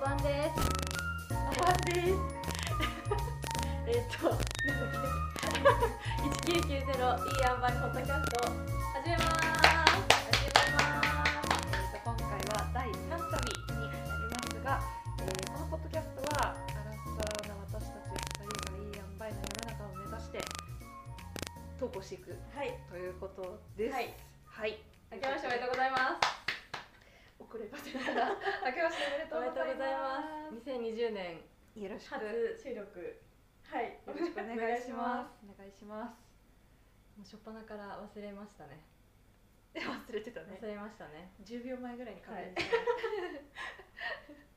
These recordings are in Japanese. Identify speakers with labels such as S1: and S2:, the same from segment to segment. S1: 番です。
S2: パーティーえっと、なんだっけ1990いいあんばいポッドキャスト始めます始めますえっと、今回は第3旅になりますが、えーこのポッドキャストはアラサーな私たち2人がいいあんばいの世の中を目指して投稿していく
S1: はい。
S2: ということです
S1: はい、
S2: はい、
S1: 明けましておめでとうございます。
S2: 遅ればせながら明けましておめでとうございます
S1: す。2020年
S2: よろしく
S1: 初収録。はい。
S2: よろしくお願いします。お願いします。
S1: もう初っ端から忘れましたね。
S2: 忘れてたね
S1: 忘。れましたね。
S2: 10秒前ぐらいに確認
S1: はい
S2: し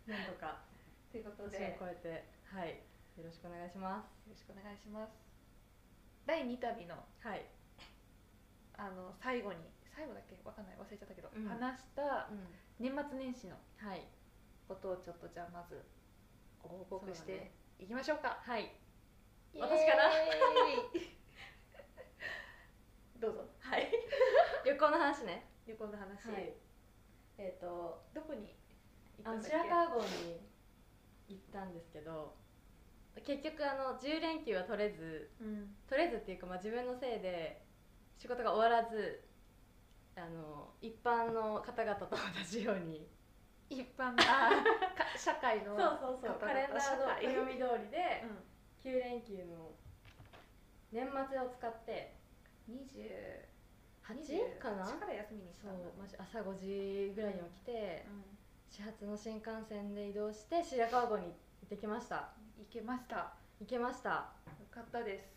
S2: た。
S1: なんとか
S2: ということで、
S1: 年を
S2: よ
S1: 超えて、はい。よろしくお願いしま
S2: ろしくお願いします。第二旅の
S1: す。はい。
S2: あの最後に最後だっけわかんない忘れちゃったけど、
S1: うん
S2: 話した
S1: う
S2: 年末年始の
S1: ん。はい。
S2: ことをちょっとじゃあまずご報告し
S1: そうだ
S2: て
S1: ね
S2: いきましょうか。
S1: はい。
S2: イエーイ
S1: 私から
S2: どうぞ。
S1: はい。 旅行の話ね。
S2: 旅行の話。
S1: はい
S2: えっ、とどこに行
S1: あ
S2: ったん
S1: の
S2: だっけ
S1: 白？川郷に行ったんですけど結局あの10連休は取れず
S2: うん。
S1: 取れずっていうか、まあ、自分のせいで仕事が終わらずあの一般の方々と同じように
S2: 一般のあー か社会の
S1: そう
S2: そう
S1: カレンダーの
S2: 方々社会
S1: 暦通りで
S2: うん
S1: 9連休の年末を使って
S2: 28
S1: 8かな
S2: から休みにした
S1: そ
S2: んだ
S1: うマジ朝5時ぐらいに起きて
S2: うん
S1: 始発の新幹線で移動して白川郷に行ってきました
S2: 行けましたよ
S1: 行けました
S2: かったです、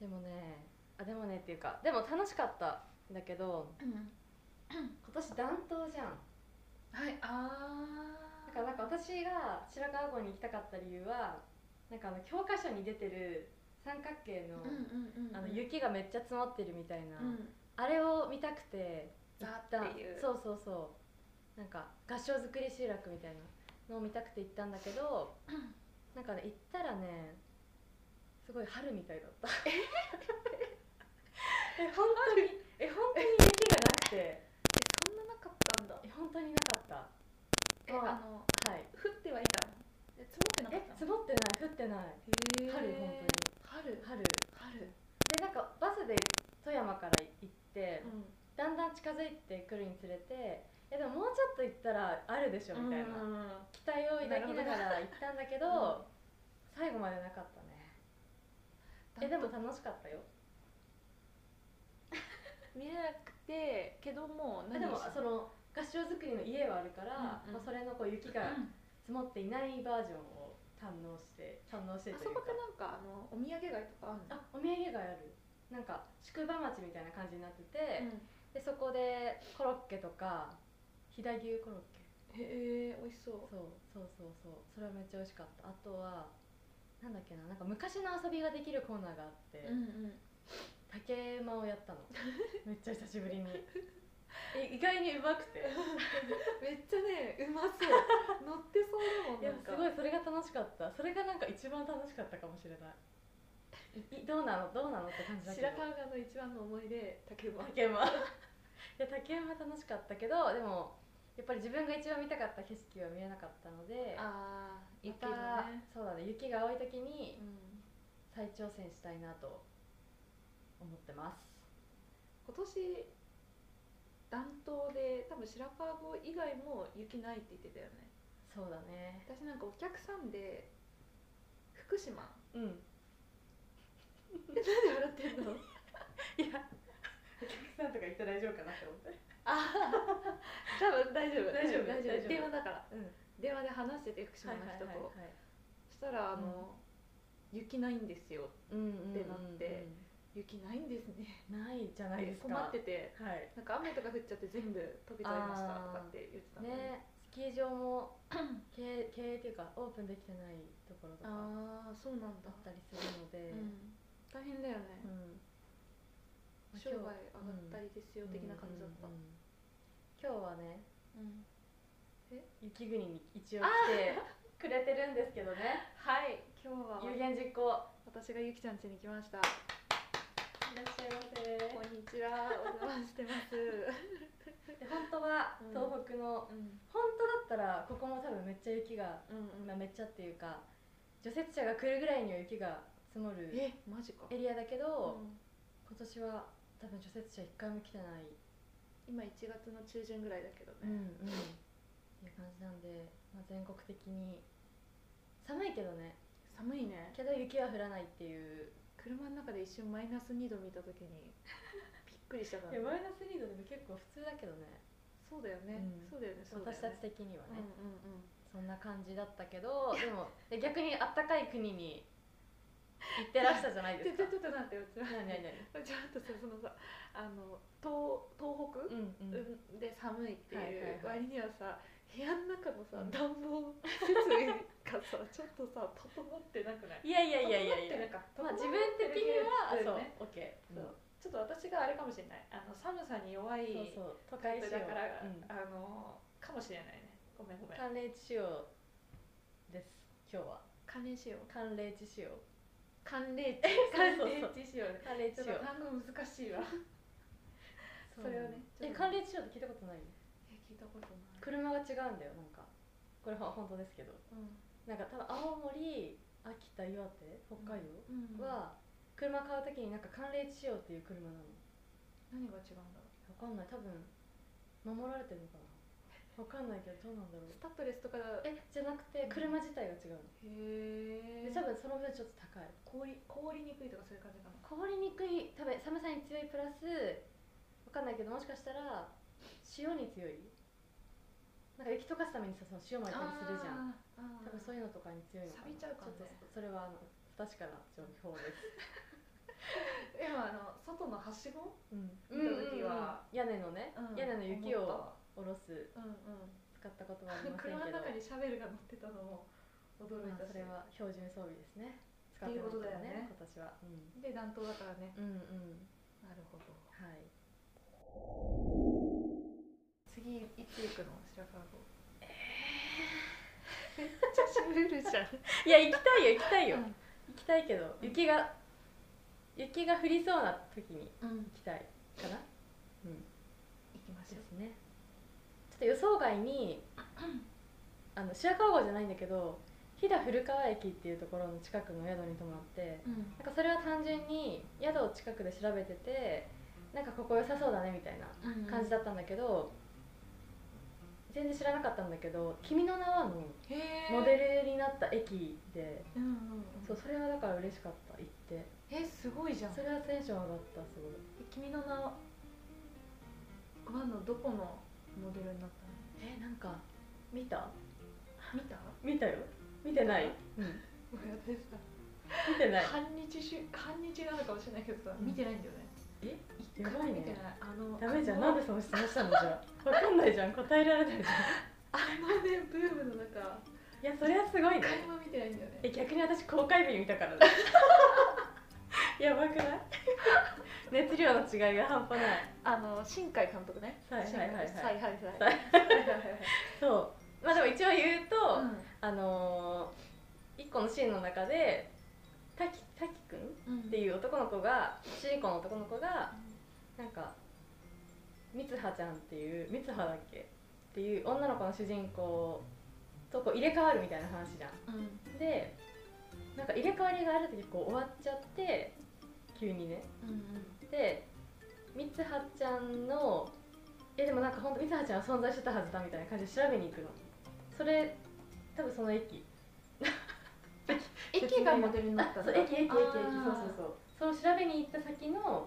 S1: でもねあでもねっていうかでも楽しかったんだけど今年暖冬じゃん
S2: はいあ
S1: だからなんか私が白川郷に行きたかった理由はなんかあの教科書に出てる三角形の,、
S2: うんうんうん
S1: あの雪がめっちゃ積もってるみたいな、
S2: うん
S1: あれを見たくて
S2: ザ
S1: 行
S2: っていう
S1: そうそうそうなんか合掌造り集落みたいなのを見たくて行ったんだけ どなんかね行ったらねすごい春みたいだった え本当にえ本当に雪がなくて
S2: えそんななかったんだ
S1: え本当になかった
S2: え
S1: まあ
S2: あの
S1: はい
S2: 降ってはいたのえ積もってなか
S1: え
S2: ったの
S1: 積もってない降ってない
S2: へー
S1: 春
S2: 春
S1: 本当に春
S2: 春
S1: でなんかバスで富山から行って、だんだん近づいてくるにつれていやでももうちょっと行ったらあるでしょみたいな、
S2: な
S1: 期待を抱きながら行ったんだけど
S2: うん
S1: 最後までなかったねえでも楽しかったよ
S2: 見れなくてけども
S1: え
S2: 何
S1: でも
S2: した
S1: その合掌造りの家はあるから、
S2: うんうん
S1: まあ、それのこう雪が
S2: うん
S1: 積もっていないバージョンを堪能して堪能して
S2: あ
S1: とい
S2: そうこっ
S1: か
S2: てなんかあのお土産街とかあるの
S1: あお土産街あるなんか宿場町みたいな感じになってて、
S2: うん
S1: でそこでコロッケとか飛騨牛コロッケ
S2: へえ美味しそう
S1: そうそうそうそうそれはめっちゃ美味しかったあとはなんだっけななんか昔の遊びができるコーナーがあって、
S2: うんうん
S1: 竹馬をや ったのめっちゃ久しぶりにえ意外にうまくて
S2: めっちゃねうまそう乗ってそうだもん
S1: いや
S2: なん
S1: す
S2: か
S1: ごいそれが楽しかったそれがなんか一番楽しかったかもしれないいどうなのどうなのって感じだけど
S2: 白川郷の一番の思い出竹馬
S1: 竹馬いや竹馬楽しかったけどでもやっぱり自分が一番見たかった景色は見えなかったので
S2: ああ
S1: ま
S2: 雪
S1: た、
S2: のね
S1: そうだね雪が青い時に
S2: うん
S1: 再挑戦したいなと思ってます
S2: 今年暖冬で多分白川郷以外も雪ないって言ってたよね
S1: そうだね
S2: 私なんかお客さんで福島
S1: うん
S2: えなんで笑ってんの
S1: いやお客さんとか言って大丈夫かなって思って
S2: ああ 多分大丈夫
S1: 大丈夫
S2: 大丈
S1: 大丈
S2: 夫
S1: 夫
S2: 電話だから
S1: うん
S2: 電話で話してて福島の人と、そしたらあの、雪ないんですよ
S1: うん
S2: ってなって雪ないんですね
S1: ないじゃないですか
S2: 困ってて
S1: はい
S2: なんか雨とか降っちゃって全部飛びちゃいましたとかって言ってたの
S1: ねスキー場 も経営経営っていうかオープンできてないところとかあ
S2: ああそうなんだ
S1: っ、たりするの
S2: う
S1: で、
S2: ん、大変だよね、
S1: うん
S2: 商売上がったりですよ的な感じだった、
S1: うんうんうん今日はね
S2: うん
S1: 雪国に一応来てくれてるんですけどね
S2: はい今日は
S1: 有言実行いら
S2: 私がゆきちゃん家に来ました
S1: っしゃいませ
S2: こんにちはお邪魔してます
S1: いやで本当は
S2: うん
S1: 東北の、
S2: うん
S1: 本当だったらここも多分めっちゃ雪が、
S2: うん
S1: まあ、めっちゃっていうか除雪車が来るぐらいには雪が積もる
S2: えマジか
S1: エリアだけど、
S2: うん
S1: 今年は多分除雪車一回も来てない、
S2: 今1月の中旬ぐらいだけど
S1: うん
S2: ね、
S1: うんっていう感じなんで、まあ、全国的に寒いけどね
S2: 寒いね
S1: けど雪は降らないっていう
S2: 車の中で一瞬マイナス2度見た時にびっくりしたから、ね、
S1: イナスリードでも結構普通だけどね
S2: そうだよね、
S1: うん
S2: そうだよねそうだよ
S1: 私
S2: ね
S1: たち的には
S2: うん
S1: ね、
S2: うんうん
S1: そんな感じだったけどでもで逆にあったかい国に行 ってらしたじゃない
S2: ち
S1: で
S2: ょ
S1: す
S2: ちょちょ
S1: か
S2: っと待ってうちは
S1: 何何
S2: ちょっとさそのさあの東東北、
S1: 何うんうん
S2: うんで寒いってい
S1: はい
S2: う
S1: はいはい
S2: 割にはさ部屋の中のさ
S1: うん
S2: 暖房設備がさちょっとさ整ってなくない
S1: いやいやいやいやい
S2: 整ってる
S1: や
S2: か
S1: まあ自分的には
S2: 整ってるねそうち
S1: そう OK
S2: ょっと私があれかもしれないあの寒さに弱い
S1: そうそう都
S2: タイ
S1: 会
S2: プ
S1: 仕
S2: だ
S1: 様
S2: から、
S1: うん
S2: あのかもしれないねごめんごめん
S1: 寒冷地仕様です今日は
S2: 関連しよう
S1: 寒冷地仕様
S2: 寒冷地
S1: そう
S2: 寒
S1: そう
S2: 冷地しようね
S1: 寒冷地
S2: ちょ
S1: 仕
S2: っ
S1: 様
S2: と単語難しいわ
S1: そ
S2: そ
S1: う
S2: れをねちょっ
S1: え
S2: と
S1: 寒冷地仕様って聞いたことない
S2: え聞いたことない、
S1: 車が違うんだよなんかこれは本当ですけど
S2: う
S1: なんか多分青森秋田岩手北海道、
S2: んうん、
S1: は車買うときになんか寒冷地仕様っていう車なの
S2: 何が違うんだろう
S1: わかんない多分守られてるのかなわかんないけどどうなんだろう
S2: スタッドレスとかだへ
S1: えじゃなくて車自体が違うの、
S2: え
S1: で多分その分ちょっと高い
S2: 凍り凍りにくいとかそういう感じかな
S1: 凍りにくい多分寒さに強いプラスわかんないけどもしかしたら塩に強いなんか雪溶かすためにさその塩巻いたりするじゃ
S2: ん
S1: ん多分そういうのとかに強いのか
S2: 錆
S1: な
S2: びちゃうかもね
S1: ちょっとそれはあの不確かな情報です、
S2: 今あの外のはしご、
S1: うん、
S2: 見た時は
S1: 屋根のね、
S2: うん
S1: 屋根の雪
S2: 思
S1: を下ろ
S2: っ
S1: す
S2: たうん
S1: 使ったことはあ
S2: うん
S1: りませ
S2: 車の
S1: んけど
S2: 中にシャベルが乗ってたのも驚い
S1: ま
S2: た
S1: あ
S2: し、
S1: それは標準装備ですね使
S2: っていうことだよね
S1: ってますからね
S2: で暖冬だからね
S1: 今年
S2: なる
S1: は、うん、うんうん
S2: ほど
S1: はい
S2: 次いつ行くの白川郷 めっちゃしゃべるじゃん
S1: いや行きたいよ行きたいよ、
S2: う
S1: 行きたいけど雪が雪が降りそうな時に
S2: ん、うん
S1: 行、きたいかなうん
S2: 行きまし
S1: で
S2: ょ
S1: すねちょっと予想外にあの白川郷じゃないんだけど飛騨古川駅っていうところの近くの宿に泊まって
S2: う、うん、
S1: なんかそれは単純に宿を近くで調べててなんかここ良さそうだねみたいな感じだったんだけど、全然知らなかったんだけど「君の名は」の
S2: へ
S1: モデルになった駅で、
S2: ル、うんうんうん、
S1: そうそれはだから嬉しかった行って
S2: えすごいじゃん
S1: それはテンション上がったすごい
S2: え君の名はのどこのモデルになった
S1: えなんか見た
S2: の見 た
S1: 見たよ見てない、うん、
S2: 私さ
S1: 見てない
S2: 半日し半日なのかもしれないけどさ
S1: うん
S2: 見てないんだよね
S1: え
S2: 一回も見てないあの
S1: ダメじゃん
S2: あ
S1: なん
S2: の
S1: でその質問したのじゃあわかんないじゃん答えられないじゃん
S2: あのねブームの中
S1: いやそれはすごい
S2: 一回
S1: ね
S2: も見てないんだよね
S1: え逆に私公開日に見た からねやばくない熱量の違いが半端ない
S2: あの新海監督ね
S1: はいはいはいはい
S2: 新海はい
S1: は
S2: はいい
S1: そうまあでも一応言うと、
S2: はいうん
S1: あのー、1個のシーンの中で滝滝くん
S2: うん
S1: っていう男の子が主人公の男の子がなんかみつはちゃんっていうみつはだっけっていう女の子の主人公とこう入れ替わるみたいな話じゃん
S2: うん
S1: でなんか入れ替わりがある時こう終わっちゃって急にね
S2: うん
S1: でみつはちゃんのいやでもなんか本当みつはちゃんは存在してたはずだみたいな感じで調べに行くのそれ多分その駅
S2: 駅がモデルにな
S1: あ
S2: った
S1: そ
S2: ん
S1: う
S2: だ
S1: 駅駅駅
S2: あ
S1: 駅そ
S2: ー
S1: うそうそうその調べに行った先の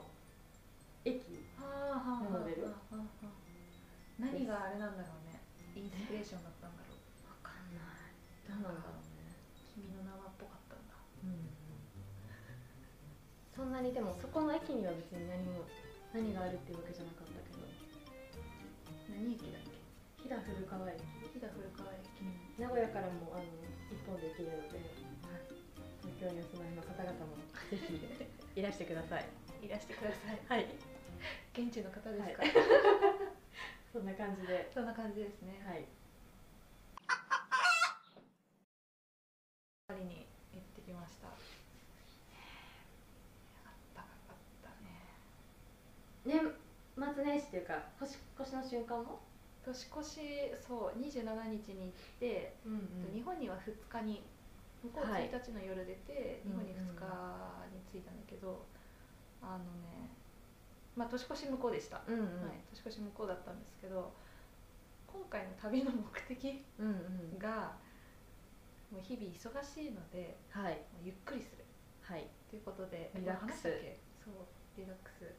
S1: 駅
S2: はあはあはあ
S1: モデル
S2: はあはあ何があれなんだろうねインスピレーションだったんだろう
S1: わかんないどうなんだろうね
S2: 君の名はっぽかったんだ
S1: そんなにでもそこの駅には別に何も何があるっていうわけじゃなかったけど
S2: 何駅だっけ
S1: 飛騨古川駅
S2: 飛騨古川駅
S1: 名古屋からもあの一本で行けるので、東京にお住まいの方々もぜ ひいらしてください
S2: いらしてください
S1: はい
S2: 現地の方ですか、
S1: そんな感じで
S2: そんな感じですね、
S1: はい
S2: パリに行ってきましたあったかかったね
S1: 年末卒年始っていうか年越しの瞬間も、
S2: 年越しそう27日に行って、
S1: うん
S2: 日本には2日に向こう
S1: はい
S2: 1日の夜出て、日本に2日に着いたんだけど、あのねまあ年越し向こうでした、
S1: うんうん
S2: はい、年越し向こうだったんですけど今回の旅の目的
S1: うんうん
S2: がもう日々忙しいので
S1: はい
S2: もうゆっくりする
S1: はい
S2: ということで
S1: リラック
S2: えこれ話し
S1: ス
S2: たっけそうリラックス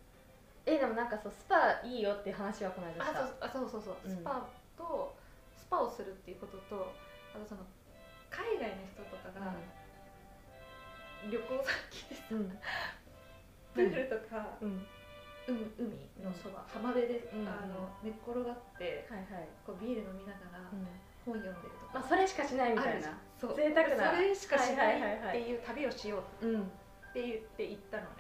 S1: えでもなんかそうスパいいよって話はこの間した
S2: あそうあそうそうそう、
S1: うん
S2: スパとスパをするっていうこととあとその海外の人とかが旅行先でさ、
S1: うんうん
S2: プールとか、
S1: うん
S2: うん海のそば浜辺で、
S1: うん
S2: あの寝っ転がって
S1: はいはい、
S2: こうビール飲みながら
S1: うん
S2: 本読んでると
S1: ま
S2: か、
S1: あ、それしかしないみた
S2: ある
S1: い
S2: じゃ
S1: なん
S2: そう
S1: 贅沢な
S2: それしかしな
S1: はいはいはいはいい
S2: っていう旅をしよう
S1: うん、うん、
S2: って言って行ったのね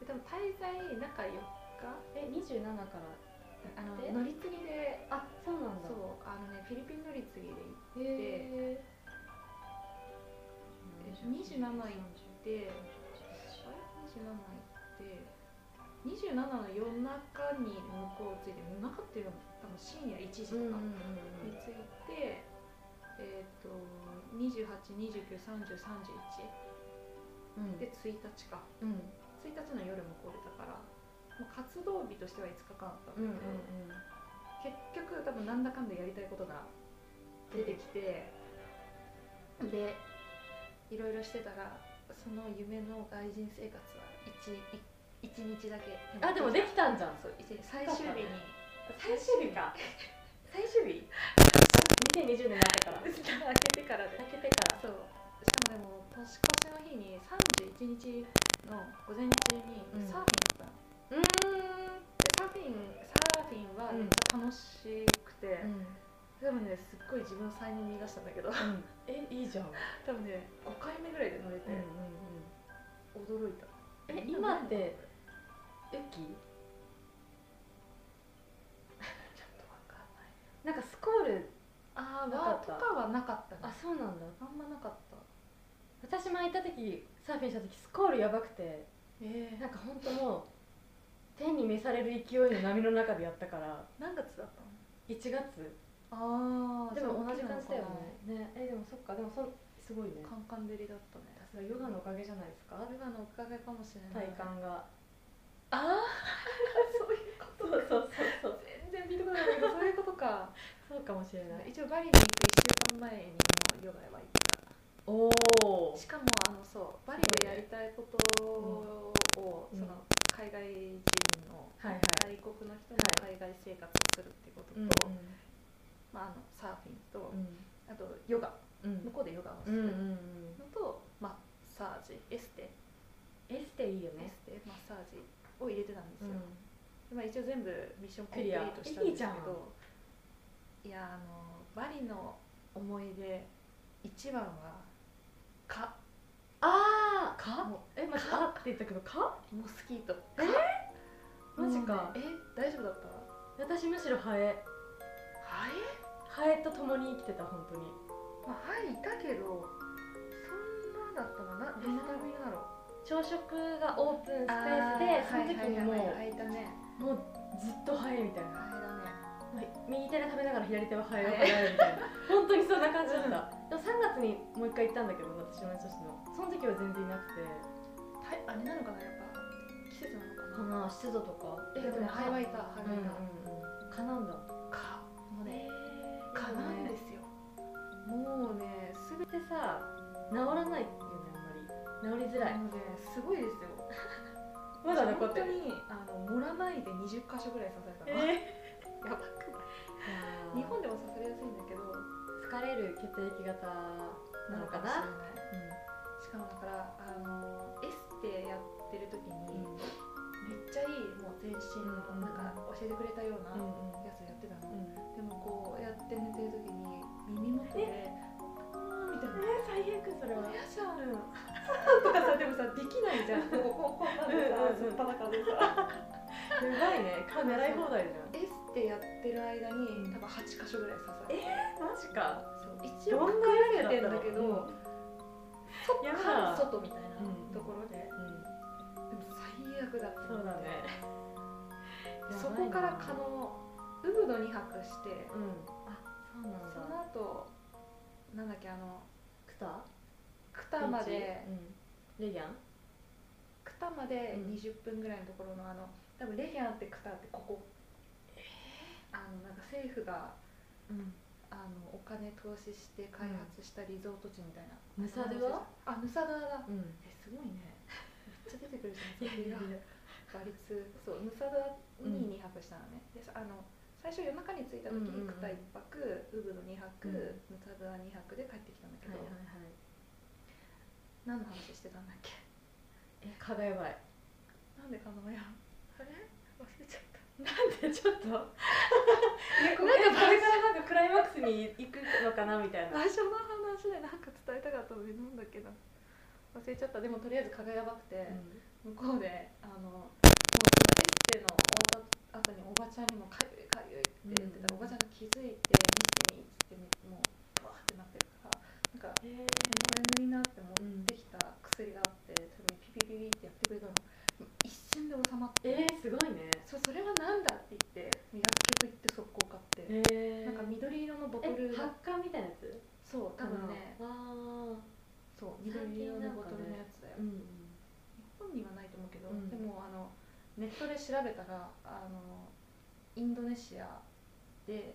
S2: で多分滞在中4日
S1: え二27から
S2: あ
S1: で
S2: の乗り継ぎで
S1: あそうなんだ
S2: そうあのねフィリピン乗り継ぎで行っ
S1: へえ
S2: 27行ってあれ27行って27の夜中に向こう着いて夜中っていうのも多分深夜1時と
S1: うんうんうん
S2: かに
S1: うん
S2: 着いて、えっ、と28293031
S1: うん
S2: で1日か
S1: うん
S2: 1日の夜向こうでだからもう活動日としては5日間あったんだけ
S1: う
S2: ど、
S1: んうん
S2: 結局多分なんだかんだやりたいことが出てきてでいろいろしてたらその夢の外人生活は 1, 一日だけ
S1: あでもできたんじゃん
S2: そう一日最終日に
S1: 最終日か最終日2020年になってから
S2: 開けてからで
S1: 開けてから
S2: そうしかもでも年越しの日に31日の午前中に
S1: うん
S2: サーフィンだったの、で
S1: うーん
S2: サーフィンサーフィンはめっちゃ楽しくて、でもねすっごい自分を才能見出したんだけど
S1: うんえいいじゃん
S2: 多分ね5回目ぐらいで乗れて、驚いた
S1: え今ってウキ
S2: ちょっとわかんない
S1: なんかスコール
S2: あー
S1: な
S2: わ
S1: かっ
S2: ー
S1: た
S2: とかはなかった
S1: あ
S2: ね
S1: そうなんだ
S2: あんまなかった
S1: 私前行った時サーフィンした時スコールやばくて
S2: え
S1: なんか本当もう天に召される勢いの波の中でやったから
S2: 何月だったの
S1: 1月
S2: ああ
S1: でも同じ感じだよねねえでもそっかでもそすごいね
S2: カンカン照りだったね
S1: さすがヨガのおかげじゃないですか
S2: ヨガのおかげかもしれな
S1: 体
S2: い
S1: 感が
S2: ああそういうこと
S1: そうそうそうそう
S2: 全然見たことないけどそういうこと か
S1: そうかもしれない
S2: 一応バリに行く1週間前にもうヨガは行っ
S1: お
S2: た
S1: お
S2: しかもあのそうバリでやりたいことを、
S1: うん
S2: その海外人の
S1: はいはい
S2: 外国の人の海外生活をするってことと、
S1: うん
S2: まあ、あのサーフィンと、
S1: うん
S2: あとヨガ
S1: うん
S2: 向こうでヨガをす
S1: うんうん
S2: る
S1: う
S2: の
S1: ん
S2: と、マッサージエステ
S1: エステいいよ
S2: エ
S1: ね
S2: ステマッサージを入れてたんです
S1: う
S2: よ、
S1: ん
S2: まあ、一応全部ミッションコンプリートしたんで
S1: クリアいい
S2: す
S1: じ
S2: け
S1: ゃん
S2: どいやあのバリの思い出一番は蚊
S1: ああか
S2: も
S1: えまじあって言ったけどか
S2: うモスキート
S1: え
S2: 蚊
S1: マジか
S2: もうねえ大丈夫だった
S1: 私むしろハエ
S2: ハエ、
S1: ハエと共に生きてた本当に
S2: まあ、ハエいたけどそんなだったのなどのためだろう
S1: 朝食がオープンスペース
S2: あ
S1: で
S2: ー
S1: その時にもう、
S2: はいはいはいはい、開いたね
S1: もうずっとハエみたいな
S2: あれだね
S1: 右手で食べながら左手はハエを払えるみたいな本当にそんな感じだった、でも3月にもう一回行ったんだけど私の年のその時は全然いなくて
S2: はいあれなのかなやっぱ季節なの
S1: か
S2: かな
S1: な湿度とか
S2: えでもハエはいたハ
S1: う
S2: エ
S1: ん
S2: はい
S1: うん
S2: た、
S1: うん蚊なんだ
S2: 蚊もうね蚊
S1: 蚊
S2: な
S1: なんん
S2: で
S1: です
S2: すよもうねすべて
S1: でさ治らないよねあんまり治りづらい
S2: もうねすごいですよ
S1: まだ残って
S2: 本当
S1: る
S2: にあの盛らないで20箇所ぐらい刺されたの、
S1: え
S2: やばくない
S1: ー
S2: 日本でも刺されやすいんだけど
S1: 疲れる血液型なのか
S2: もし
S1: な
S2: れいしかもだからあのエステやってる時に、
S1: うん
S2: めっちゃいいもう全身の
S1: うん
S2: なんか教えてくれたような
S1: うんうん
S2: やつやってたの、
S1: うん
S2: でもこうやって寝てる時に耳元で「みたいな
S1: え最悪それ
S2: 「嫌じゃん」とかさでもさできないじ ゃんこうこうこうなんで
S1: うん
S2: さず
S1: うんうん
S2: っぱだからでさ
S1: やばいね蚊狙い放題じゃん
S2: エステやってる間
S1: う
S2: に
S1: ん
S2: 多分8箇所ぐらい刺されて
S1: マジか
S2: そう一応
S1: どん
S2: 隠
S1: な
S2: れ
S1: やつ
S2: て
S1: だ
S2: ん
S1: った
S2: だけ
S1: の
S2: どそ
S1: やだ
S2: 半外みたいな
S1: うん
S2: ところででも最悪だった
S1: そうだね
S2: い
S1: やばいな
S2: そこから可能ウブの2泊して
S1: うんあそうなん
S2: そ
S1: だ
S2: の後なんだっけあの
S1: クタ
S2: クタまで
S1: うん、レギャン
S2: クタまで
S1: うん
S2: 20分ぐらいのところのあの多分レヒャンってクタってここあのなんか政府が
S1: うん
S2: あのお金投資して開発したリゾート地みたいな、
S1: ムサドは
S2: あヌサドアだ
S1: うん
S2: えすごいねめっちゃ出てくるじゃん作品 がバリツーそうヌサドアに2泊したのね、であの最初夜中に着いた時
S1: うんうんうん
S2: にクタ1泊ウブの2泊、
S1: うん
S2: ヌサドア2泊で帰ってきたんだけ
S1: はいは
S2: ど、
S1: いはい
S2: 何の話してたんだっけ
S1: え蚊がやばい
S2: なんでかのやあれ忘れちゃ った
S1: なんでちょっとなんか
S2: なん
S1: これからなんかクライマックスに行くのかなみたいな
S2: 場所の話でなんか伝えたかったのになんだっけな忘れちゃったでもとりあえず蚊がやばくて、向こうであのもう大学生の終わった後におばちゃんにも「かゆいかゆい」って言ってたら、
S1: う
S2: お
S1: ん
S2: ばちゃんが気づいて「見てみ」っつってみもうバーってなってるからなんか
S1: え
S2: これ塗りなって持ってきた薬があってそれにピピピピってやってくれたの一瞬で収まって、
S1: えー、すごいね
S2: そうそれはなんだって言って薬局行って速攻買って、
S1: えー、
S2: なんか緑色のボト
S1: え
S2: ル
S1: 発
S2: が
S1: 汗みたいなやつ
S2: そう多分ね
S1: わあ
S2: そう緑
S1: 最近
S2: 色
S1: なん
S2: の
S1: かね
S2: ボトルのやつだよ、
S1: うん
S2: 日本にはないと思うけど、
S1: うん
S2: でもあのネットで調べたらあのインドネシアで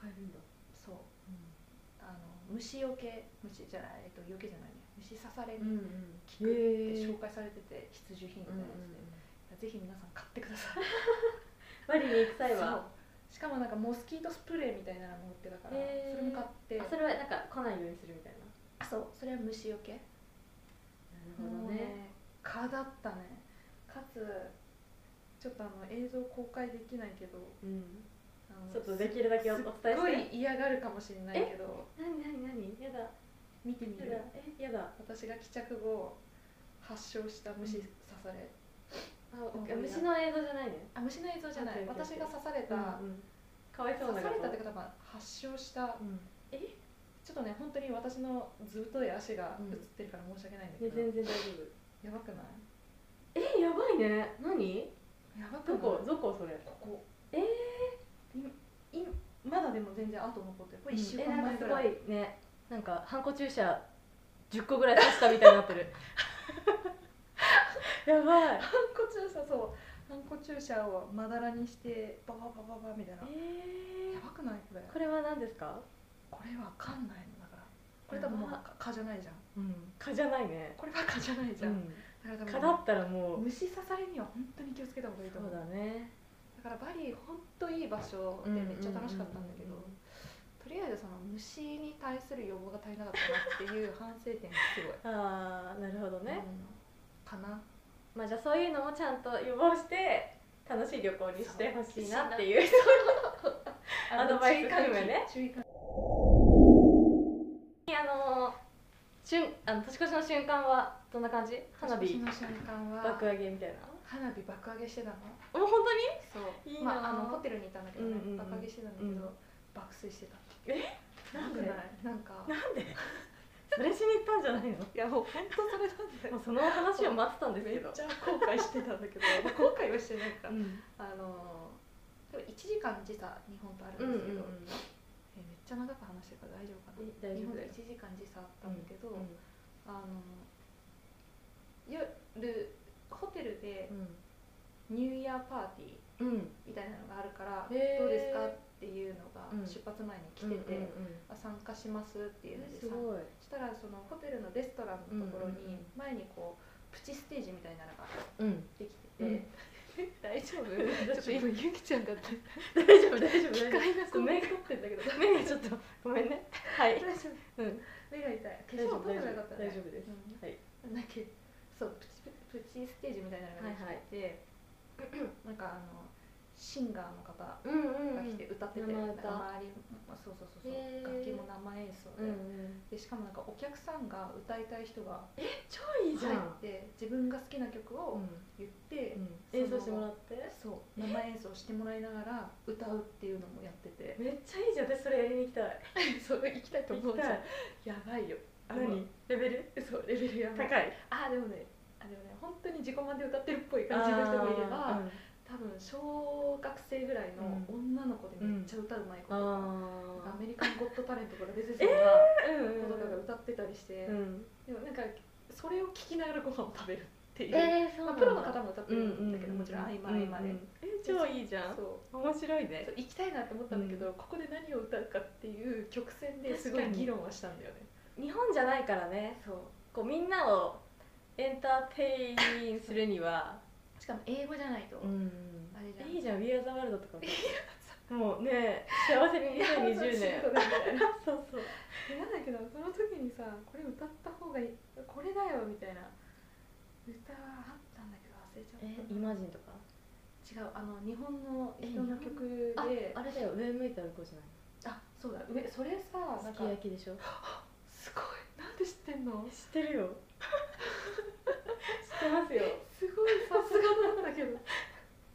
S1: 買えるんだ、
S2: そうあの虫よけ虫じゃない、えっと、よけじゃないね虫刺されに
S1: んうん
S2: 効くって
S1: へー
S2: 紹介されてて必需品みたいなやつで、ぜひ皆さん買ってください
S1: バリに行く際
S2: そう
S1: は
S2: しかもなんかモスキートスプレーみたいなのも売ってたから、
S1: へ
S2: そ
S1: ー
S2: れも買って
S1: あそれはなんか来ないようにするみたいな
S2: あそうそれは虫よけ
S1: なるほどね
S2: 蚊だったねかつちょっとあの映像公開できないけど
S1: うん
S2: あの
S1: ちょっとできるだけおお伝
S2: す
S1: え
S2: ご
S1: して
S2: い嫌がるかもしれないけど
S1: なになになにやだや
S2: 見てみ
S1: だ
S2: る
S1: えやだ
S2: 私が帰宅後発症した虫刺され、
S1: あ
S2: オッケー
S1: 虫の映像じゃないね
S2: あ虫の映像じゃない
S1: OK OK
S2: 私が刺された、
S1: うんかわいそう
S2: 刺
S1: な
S2: されたっ
S1: と
S2: て方は発症した
S1: うん
S2: ちょっとね本当に私のずぶとい足が
S1: うん
S2: 映ってるから申し訳ないんだ
S1: い
S2: け
S1: や
S2: ど、
S1: 全然大丈夫
S2: やばくない
S1: えやばいね何
S2: やばくない
S1: どこどこそれ
S2: ここ
S1: えー
S2: いいまだでも全然後残ってるこれ1週
S1: えな
S2: 間
S1: ん
S2: 前
S1: か
S2: ぐ
S1: す
S2: ら
S1: ご
S2: い、
S1: いねなんかハンコ注射10個ぐらい刺したみたいになってる やばい
S2: ハンコ注射そうハンコ注射をまだらにしてバババババみたいなや
S1: え
S2: ばくないこれ
S1: これは何ですか
S2: これわかんないのだからこれ多分もうか蚊じゃないじゃん
S1: うん蚊じゃないね
S2: これは蚊じゃないじゃん、だから
S1: 蚊
S2: 多
S1: だ
S2: 分
S1: ったらもう
S2: 虫刺されには本当に気をつけた方がいいと
S1: そ
S2: 思う
S1: うだね
S2: だからバリ本当いい場所でめっちゃ楽しかったんだけど、
S1: うんうんうんうん
S2: とりあえずその虫に対する予防が足りなかったなっていう反省点がすごい
S1: ああなるほどね、
S2: うんかな
S1: まあじゃあそういうのもちゃんと予防して楽しい旅行にしてほしいなっていうアドバイス含めね
S2: 注意喚起注意喚起
S1: あの瞬あの年越しの瞬間はどんな感じ花
S2: 年越
S1: 火
S2: しの瞬間は
S1: 爆上げみたいな
S2: 花火爆上げしてたの
S1: もう本当に
S2: そう
S1: いいな
S2: まあ、あのホテルにいたんだけどね、
S1: うんうんうん
S2: 爆上げしてたんだけど、
S1: うん
S2: 爆睡してた
S1: えなんで
S2: よくないなんか
S1: なんで それしに行ったんじゃないの
S2: いやもう 本当それなんだ
S1: もうその話を待ってたんです
S2: め
S1: け
S2: っ
S1: ど
S2: ちゃ後悔してたんだ けど後悔はしてないか
S1: うんうん
S2: あの多分1時間時差日本とあ
S1: う
S2: る
S1: ん
S2: ん
S1: う
S2: で
S1: ん
S2: すけど、えめっちゃ長く話してるから大丈夫かな
S1: え大丈
S2: 日
S1: 夫
S2: 本
S1: だ
S2: で
S1: よ
S2: 1時間時差あったんだけど、
S1: うん
S2: あの夜ホテルでニューイヤーパーティー
S1: うんうん
S2: みたいなのがあるから、
S1: へー
S2: どうですかっていうのが
S1: うん
S2: 出発前に来てて、
S1: うんうん
S2: あ参加しますっていう
S1: うん
S2: の
S1: え
S2: でさ
S1: すごい
S2: したらそのホテルのレストランのところ
S1: うんうんう
S2: に
S1: ん
S2: 前にこうプチステージみたいなのが
S1: うん
S2: できてて、
S1: うん
S2: 大 丈夫
S1: ち
S2: ちょ
S1: ょ
S2: っ
S1: っと
S2: と
S1: 今
S2: 今ゆきちゃ んが機
S1: 大丈夫大丈夫
S2: 械
S1: 大丈
S2: が
S1: ごめん
S2: 凝ってんだけど
S1: 夫目がちょっとごめんねはい
S2: 大丈夫
S1: うん
S2: 目が痛い化
S1: 大丈
S2: 粧
S1: 夫
S2: 取れ
S1: 大丈
S2: ばよかった
S1: 夫
S2: ね
S1: 大丈夫です
S2: うん
S1: はい
S2: なんだっけそうプチプチステージみたいなのができてて、 なんかあのシンガーの方が
S1: うんう
S2: 来て歌ってて、
S1: 生
S2: な
S1: 歌
S2: んか周りもそうそうそうそう
S1: へー
S2: 楽器も生演奏
S1: うん
S2: で,、
S1: うん
S2: でしかもなんかお客さんが歌いたい人が入
S1: 超いいじゃ
S2: っ
S1: ん
S2: て自分が好きな曲
S1: う
S2: を
S1: ん
S2: 言って、
S1: 演奏してもらって
S2: そう生演奏してもらいながら歌うっていうのもやってて
S1: めっちゃいいじゃん私それやりに行きたい
S2: そう行きたいと思
S1: 行
S2: うじ
S1: き
S2: ゃん
S1: たい
S2: やばいよあの
S1: 何レベル
S2: そうレベルやばい
S1: 高い
S2: あーでもねあでもね本当に自己満で歌ってるっぽい感じの人もいれば、
S1: あーうん
S2: 多分小学生ぐらいの女の子でめっちゃ歌うまい子とか、アメリカンゴッドタレントから出てそうな
S1: うん
S2: 子とかが歌ってたりして、
S1: うんうん
S2: でもなんかそれを聞きながらご飯を食べるっていう、
S1: えー、そう
S2: まあ、
S1: なんだ
S2: プロの方も歌って
S1: う
S2: る
S1: ん
S2: んだけど、もちろん合間合間で、
S1: うんうんえ超いいじゃん
S2: そう
S1: 面白いね
S2: そう行きたいなって思ったんだけど、ここで何を歌うかっていう曲線ですごい
S1: 確かに
S2: 議論はしたんだよね
S1: 日本じゃないからね
S2: そう
S1: こうみんなをエンターテインするには、
S2: しかも英語じゃないと、
S1: ん
S2: あれじゃん
S1: いいじゃん「We Are the World」とか ももうね幸せに2020年
S2: そうそうそう そう
S1: そうそう
S2: 嫌だけどその時にさこれ歌った方がいいこれだよみたいな歌はあったんだけど忘れちゃった
S1: えイマジンとか
S2: 違うあの日本の人の曲で
S1: あれだよ上向いたらこうじゃない
S2: あそうだ上それさなん
S1: す
S2: か
S1: き焼きでしょ
S2: すごいなんで知ってんの
S1: 知ってるよ知ってますよ
S2: えすごいさすがなんだけど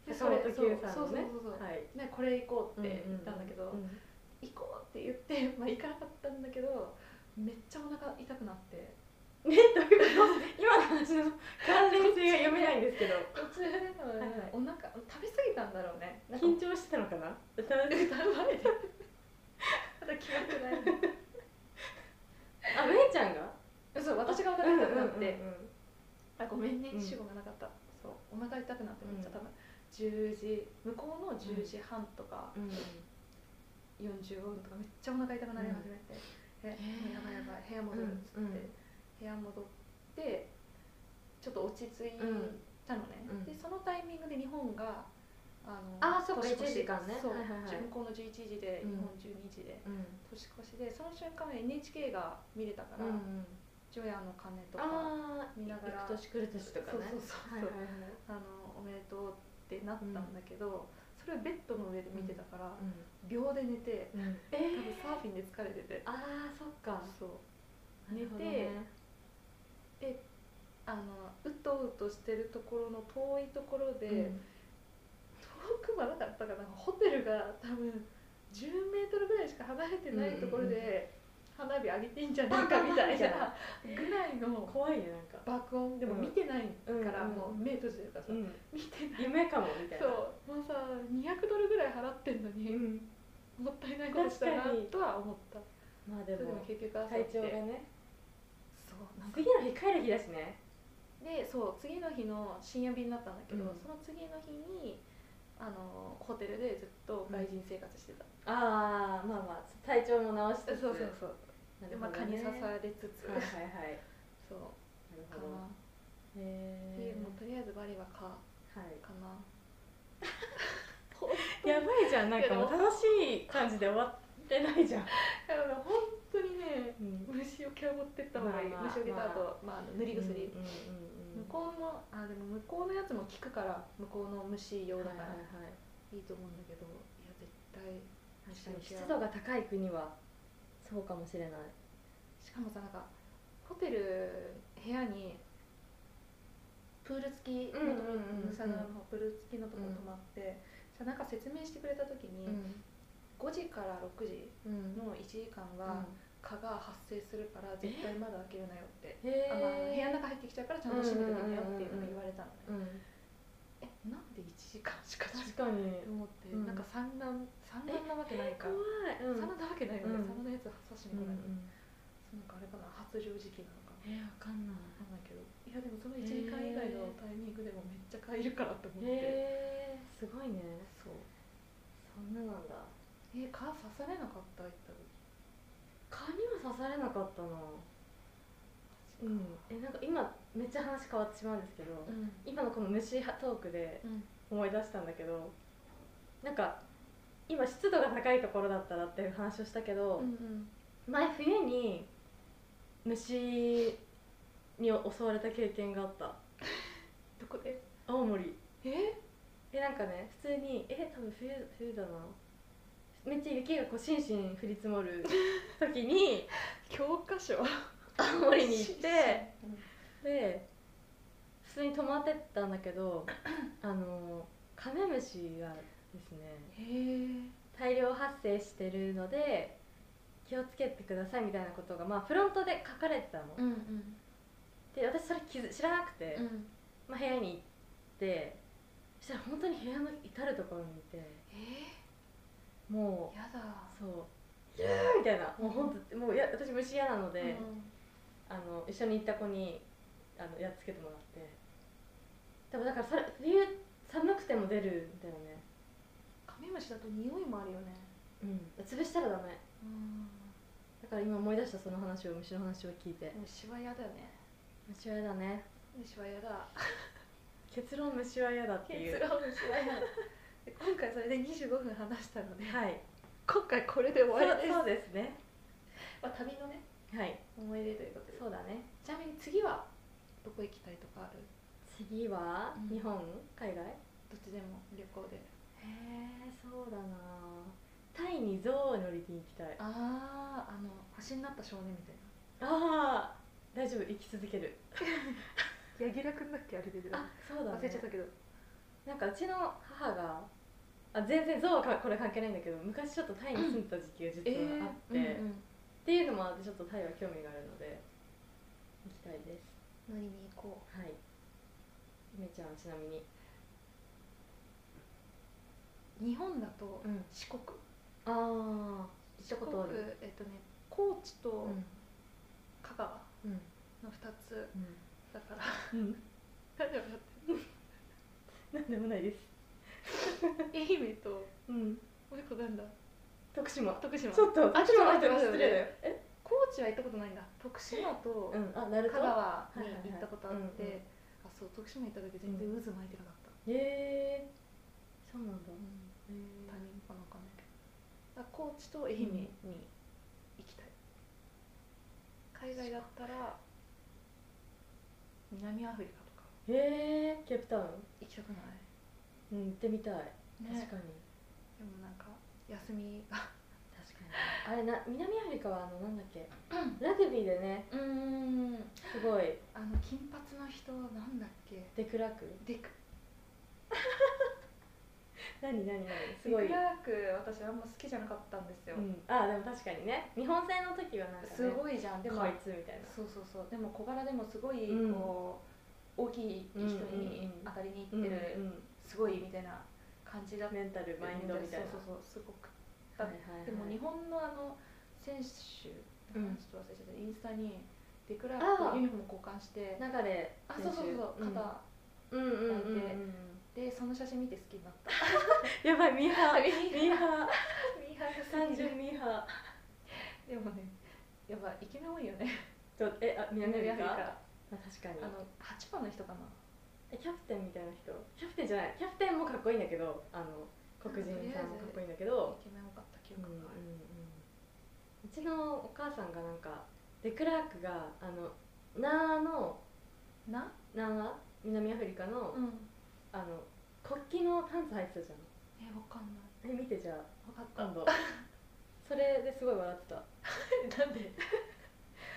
S2: で
S1: 坂本九さん
S2: そう
S1: の
S2: そう
S1: ね
S2: そうそう、
S1: はい
S2: ね、これ行こうっ
S1: ってて
S2: 言
S1: 言
S2: っ
S1: ったた
S2: んだ
S1: んだ
S2: け
S1: け
S2: ど、
S1: ど、
S2: 行こうって言って、まあ、行かなかったんだけどめっちゃお腹痛くなって
S1: ねどういうこと今の話の関連性が読めないんですけど
S2: 途中での、
S1: はいはい
S2: お腹食べ過ぎたんだろうねなんか
S1: 緊張してたのかな歌う
S2: 歌う前で まだ記憶ない
S1: あめいちゃんが
S2: そう私がお腹痛くなって、あごめんね
S1: うん
S2: 主語がなかった、そうお腹痛くなってめっちゃ多
S1: うん
S2: 分10時向こうの10時半とか
S1: うん
S2: 45分とかめっちゃお腹痛くなり始めて、え
S1: ー
S2: やばいやばい部屋戻るっつって、
S1: うんうん
S2: 部屋戻ってちょっと落ち着いたのね、
S1: うん
S2: でそのタイミングで日本があの
S1: あーそっか
S2: 年越し
S1: 11時間ね
S2: そう、
S1: はいはいはい
S2: 向こうの11時で
S1: うん
S2: 日本12時で、
S1: うん
S2: 年越しでその瞬間は NHK が見れたから「
S1: うん
S2: 除夜の鐘」とか
S1: あー
S2: 見ながら
S1: 行く年来る年とかね
S2: そうそうそう
S1: はいはい
S2: あ
S1: はい
S2: のおめでとうってなったんだけど、それをベッドの上で見てたから、秒で寝て
S1: うんうん
S2: 多分
S1: え
S2: サーフィンで疲れてて、
S1: ああそっか
S2: そう
S1: なるほど
S2: 寝てあのうとうとしてるところの遠いところで、
S1: うん
S2: 遠くはなかったかなホテルが多分10メートルぐらいしか離れてないところで、花火上げていいんじゃないかみたいなぐらいの
S1: 怖いねなんか
S2: 爆音でも見てないから、
S1: うん
S2: もう目閉じてるからさ、
S1: うん
S2: 見てない
S1: 夢かもみたいな
S2: そうもうさ200ドルぐらい払ってんのに、
S1: うん
S2: もったいないことしたな
S1: 確かに
S2: とは思った
S1: まあで
S2: でも
S1: も
S2: 結局朝起
S1: 体
S2: きて
S1: 調がね
S2: そうなんか
S1: 次の日帰る日だしね
S2: でそう次の日の深夜便だったんだけど、
S1: うん
S2: その次の日にあのホテルでずっと外人生活してた、
S1: ああまあまあ体調も直しつつ
S2: そうそうそう
S1: な
S2: で
S1: る
S2: ま
S1: ほ
S2: あ、蚊
S1: ど
S2: に
S1: ね
S2: 刺されつつ、
S1: はいはいはい
S2: そう
S1: なる
S2: か
S1: ほど
S2: な、
S1: へ
S2: で
S1: え
S2: もうとりあえずバリは蚊か
S1: はい
S2: な
S1: やばいじゃんなんかもう楽しい感じで終わってないじゃん
S2: だから本当にね
S1: うん
S2: 虫よけを持ってった方がいい、
S1: まあまあ
S2: 虫よけとあと、まああの、塗り薬、
S1: うんうんうん
S2: 向こうのあでも向こうのやつも効くから向こうの虫用
S1: は
S2: だ
S1: い
S2: か
S1: はい
S2: ら、
S1: はい
S2: いいと思うんだけどいや絶対
S1: 確かに湿度が高い国はそうかもしれない
S2: しかもさなんかホテル部屋にプール付きのところ、
S1: うんうんうんうん
S2: ムサダのプール付きのところ泊まって、さなんか説明してくれた時に、
S1: ん
S2: 5時から6時
S1: うん
S2: の1時間は蚊が発生するから絶対まだ開けるなよって、
S1: へえ
S2: あまあ、部屋の中入ってきちゃうからちゃんと閉めてくれよっていうのを言われたのね、
S1: うん
S2: えなんで1時間しか閉め
S1: 確かに
S2: と思って、
S1: うん
S2: なんか産卵産卵なわけないか、
S1: え怖いうん
S2: 産卵なわけないよね、
S1: うん
S2: 産卵のやつ刺し
S1: う
S2: に
S1: ん
S2: 来
S1: う
S2: ない、な
S1: ん
S2: んかあれかな発情時期なのかな
S1: えわかんない
S2: わかんないけどいやでもその1時間以外のタイミングでもめっちゃ買えるからと思って、
S1: へえすごいね
S2: そう
S1: そんななんだ
S2: え蚊刺されなかった言ったら
S1: 蚊には刺されなかったなうんえなんか今めっちゃ話変わってしまうんですけど、
S2: うん
S1: 今のこの虫トークで
S2: うん
S1: 思い出したんだけどなんか今湿度が高いところだったらっていう話をしたけど、
S2: うん
S1: 前冬に虫に襲われた経験があった
S2: どこで
S1: 青森
S2: え
S1: でなんかね普通にえ多分冬冬だなめっちゃ雪がこうしんしん降り積 もる時に
S2: 教科書
S1: 青森 に行ってで普通に泊まってったんだけど あのカメムシがですね
S2: へえ
S1: 大量発生してるので気をつけてくださいみたいなことがまあフロントで書かれてたの、
S2: うんうん
S1: で私それ気づ知らなくて、
S2: うん
S1: まあ、部屋に行ってしたら本当に部屋の至る所にいて
S2: え
S1: も
S2: ー、やだ
S1: うそう「キャー!」みたいなもう本当もうや私虫嫌なので、
S2: うん
S1: あの一緒に行った子にあのやっつけてもらってでもだからそれ冬寒くても出るんだよね
S2: カメムシだと匂いもあるよね
S1: うん潰したらダメ
S2: うん
S1: だから今思い出したその話を虫の話を聞いて
S2: 虫は嫌だよね
S1: 虫は嫌だね
S2: 虫は嫌だ
S1: 結論虫は嫌だっていう
S2: 結論虫は嫌だで今回それで25分話したので
S1: はい
S2: 今回これで終
S1: そ
S2: わり
S1: う
S2: です
S1: そうですね
S2: まあ、旅のね
S1: はい
S2: 思い出ということで
S1: そうだね
S2: ちなみに次はどこ行きたいとかある
S1: 次は
S2: うん
S1: 日本、海外へ
S2: どっちでも旅行で
S1: えそうだなタイに象を乗りに行きたいあ
S2: あああの星になった少年みたい
S1: あー大丈夫生き続ける
S2: な柳楽くんだっけあれ出て
S1: あそうだね
S2: 忘れちゃったけど
S1: なんかうちの母があ全然象はかこれ関係ないんだけど昔ちょっとタイに住んでた時期が実はあって、
S2: えーうん
S1: っ
S2: うん
S1: ていうのもあってちょっとタイは興味があるので行きたいです
S2: 乗りに行こ
S1: はいゆめちゃんはちなみに
S2: う日本だと
S1: うん
S2: 四国
S1: ああ行ったことあ
S2: 四
S1: る
S2: 国えっとね高知と
S1: うん
S2: 香川
S1: うん
S2: の2つ
S1: う
S2: だから
S1: ん、うん、
S2: 何でもやってる
S1: なんでもないです
S2: 愛媛とも
S1: うん
S2: う一個なんだ
S1: 徳島
S2: 徳島
S1: ちょっと
S2: あちょっと待って
S1: 徳島の人に失礼だよえ
S2: 高知は行ったことないんだ徳島と
S1: うんあなる
S2: 香
S1: と
S2: 川
S1: いはいはい
S2: に行ったことあっ
S1: うんうん
S2: てあそう徳島行った時全然渦巻いてなかった、
S1: へえそうなんだへ
S2: 他
S1: ー
S2: 人かなわかんないけどだから高知と愛媛に行きたい、海外だったら南アフリカとか
S1: へえキャプタウン
S2: 行きたくない、
S1: うん行ってみたい、確
S2: 確か
S1: かに
S2: にでもなんか休みが
S1: 確かにあれな南アフリカはあのなんだっけラグビーでね
S2: うん
S1: すごい
S2: あの金髪の人なんだっけ
S1: デクラーク
S2: デク
S1: 何何何すごい、
S2: デクラーク私あんま好きじゃなかったんですよ、
S1: うん、ああでも確かにね日本戦の時はなんか、ね、
S2: すごいじゃんでも
S1: こいつみたいな
S2: そうそうそうでも小柄でもすごい
S1: うん
S2: こう、大きい人に当たりに行ってる、
S1: うん
S2: すごいみたいな感じだっ
S1: うん、メンタルマインドみたいな
S2: そうそうそうすごく
S1: はいはいはい
S2: でも日本のあの選手、
S1: うん
S2: ちょっと忘れちゃったインスタにデクラーク
S1: あー
S2: とユニフォーム交換して
S1: 流れ
S2: あそうそうそうそう
S1: 選手
S2: 肩、
S1: うんうんうんうん、うん
S2: 抱いでその写真見て好きになった
S1: やばいミーハー
S2: ミ
S1: ミーハ
S2: ーハ
S1: ー
S2: ー
S1: 単
S2: が
S1: 純ミーハ
S2: でもねやっぱイケメン多いよね
S1: ーとえあ南アフリカ
S2: 南
S1: あ
S2: ア
S1: 確か
S2: フリ
S1: に
S2: カあの8番の人かな
S1: えキャプテンみたいな人キャプテンじゃないキャプテンもかっこいいんだけどあの黒人さんもかっこいいんだけど
S2: イケメン多かった記
S1: うん
S2: 憶
S1: うんうん
S2: がある、
S1: うちのお母さんがなんかデクラークがあのナーの
S2: な
S1: ナー南アフリカの、
S2: うん
S1: あの国旗のパンツ履いてたじゃ
S2: えわかんない
S1: んえ見てじゃあ
S2: わかった
S1: 今 度それですごい笑ってた
S2: なんで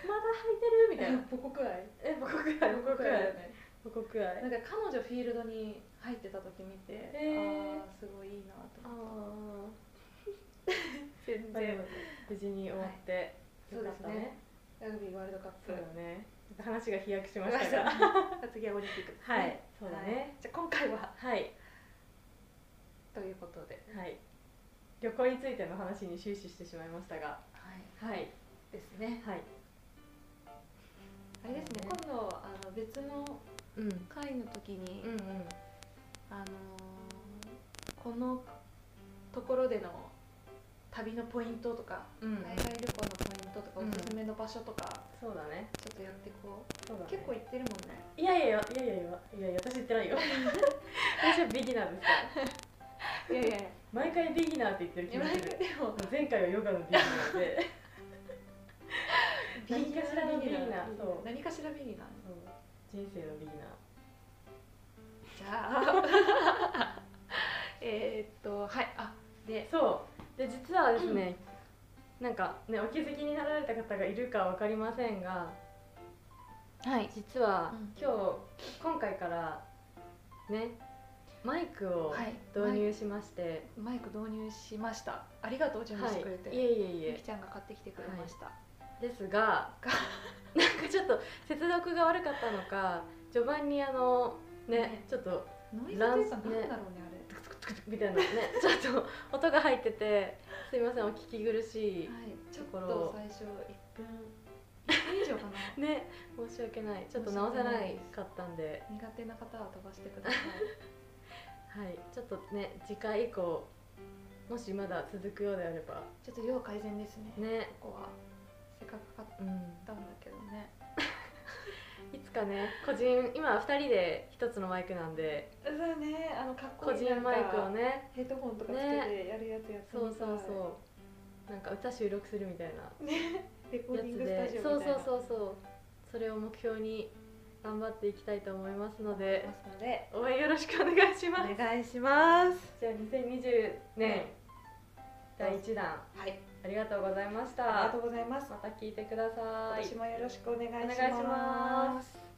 S1: まだ履いてるみたいな
S2: 母国愛
S1: え母国愛母国愛
S2: ね
S1: 母国愛
S2: なんか彼女フィールドに入ってた時見て、
S1: へー
S2: ああすごいいいなと
S1: あ
S2: 思って
S1: あ
S2: 全
S1: 無事に終わって、
S2: そうです
S1: よかった
S2: ねラグビーワールドカップ
S1: そうだね話が飛躍しま
S2: ま
S1: し
S2: した
S1: が
S2: 次はオリンピックですね
S1: はいそうだ
S2: はい
S1: ね
S2: じゃあ今回は
S1: はい
S2: ということで
S1: はい旅行についての話に終始してしまいましたが
S2: はい
S1: はい
S2: ですね
S1: はい
S2: あれですね今度あの別の
S1: うんうん
S2: 会の時に、
S1: うん
S2: あのーこのところでの旅のポイントとか、
S1: うん
S2: 海外旅行のポイントとか、
S1: うん
S2: おすすめの場所とか
S1: そうだね
S2: ちょっとやっていこう、
S1: そうだね
S2: 結構行ってるもんね
S1: いやいやいやいやいやいやいや私言ってない よ私はビギナーですか
S2: い
S1: ら
S2: やいやいや
S1: 毎回ビギナーって言ってる気
S2: 今
S1: が
S2: です
S1: る
S2: も
S1: 前回はヨガのビギナーで何かしらのビギナーそう
S2: 何かしらビギナー
S1: そう人生のビギナー
S2: じゃあ えーっとはいあで
S1: そうで実はですね、なんかねお気づきになられた方がいるかわかりませんが
S2: はい
S1: 実は
S2: うん
S1: 今日今回からねマイクを
S2: はい
S1: 導入しまして、
S2: マイク導入しましたありがとう準備してくれて、
S1: いえいえい
S2: ゆき
S1: え
S2: ちゃんが買ってきてくれました、
S1: ですが なんかちょっと接続が悪かったのか序盤にあのね
S2: ね
S1: ちょっと
S2: ノイズというか
S1: 乱
S2: なんだろうねあれ
S1: みたいなね ちょっと音が入っててすいませんお聞き苦し
S2: はい、ちょっ
S1: ところ
S2: と最初一分1分以上かな
S1: いね申し訳ないちょっと直せないかったんで
S2: 苦手な方は飛ばしてく ださい
S1: はいちょっとね次回以降もしまだ続くようであれば
S2: ちょっと要改善ですね
S1: ね
S2: ここはせっかく買っ
S1: うん
S2: たんだけどね
S1: いつかね個人今2人で1つのマイクなんで
S2: そうだねあのかっ
S1: 個人マイクをね
S2: ヘッドホンとかつけてやるやつやってみ
S1: そ
S2: た
S1: う
S2: い
S1: そうそうなんか歌収録するみたいな
S2: レコー
S1: や
S2: ディングスタ
S1: つ
S2: ジオ
S1: で
S2: み
S1: そう
S2: たい
S1: そ
S2: な
S1: うそうそうそれを目標に頑張っていきたいと思いますの
S2: あり
S1: で
S2: ますので
S1: 応援よろしくお願いします
S2: お願いします
S1: じゃあ2020年第1弾
S2: はい
S1: ありがとうございまし
S2: ありが
S1: た
S2: とうございます
S1: また聞いてくだ
S2: 今
S1: さい
S2: 年もよろしくお願いし
S1: お願いしま
S2: ます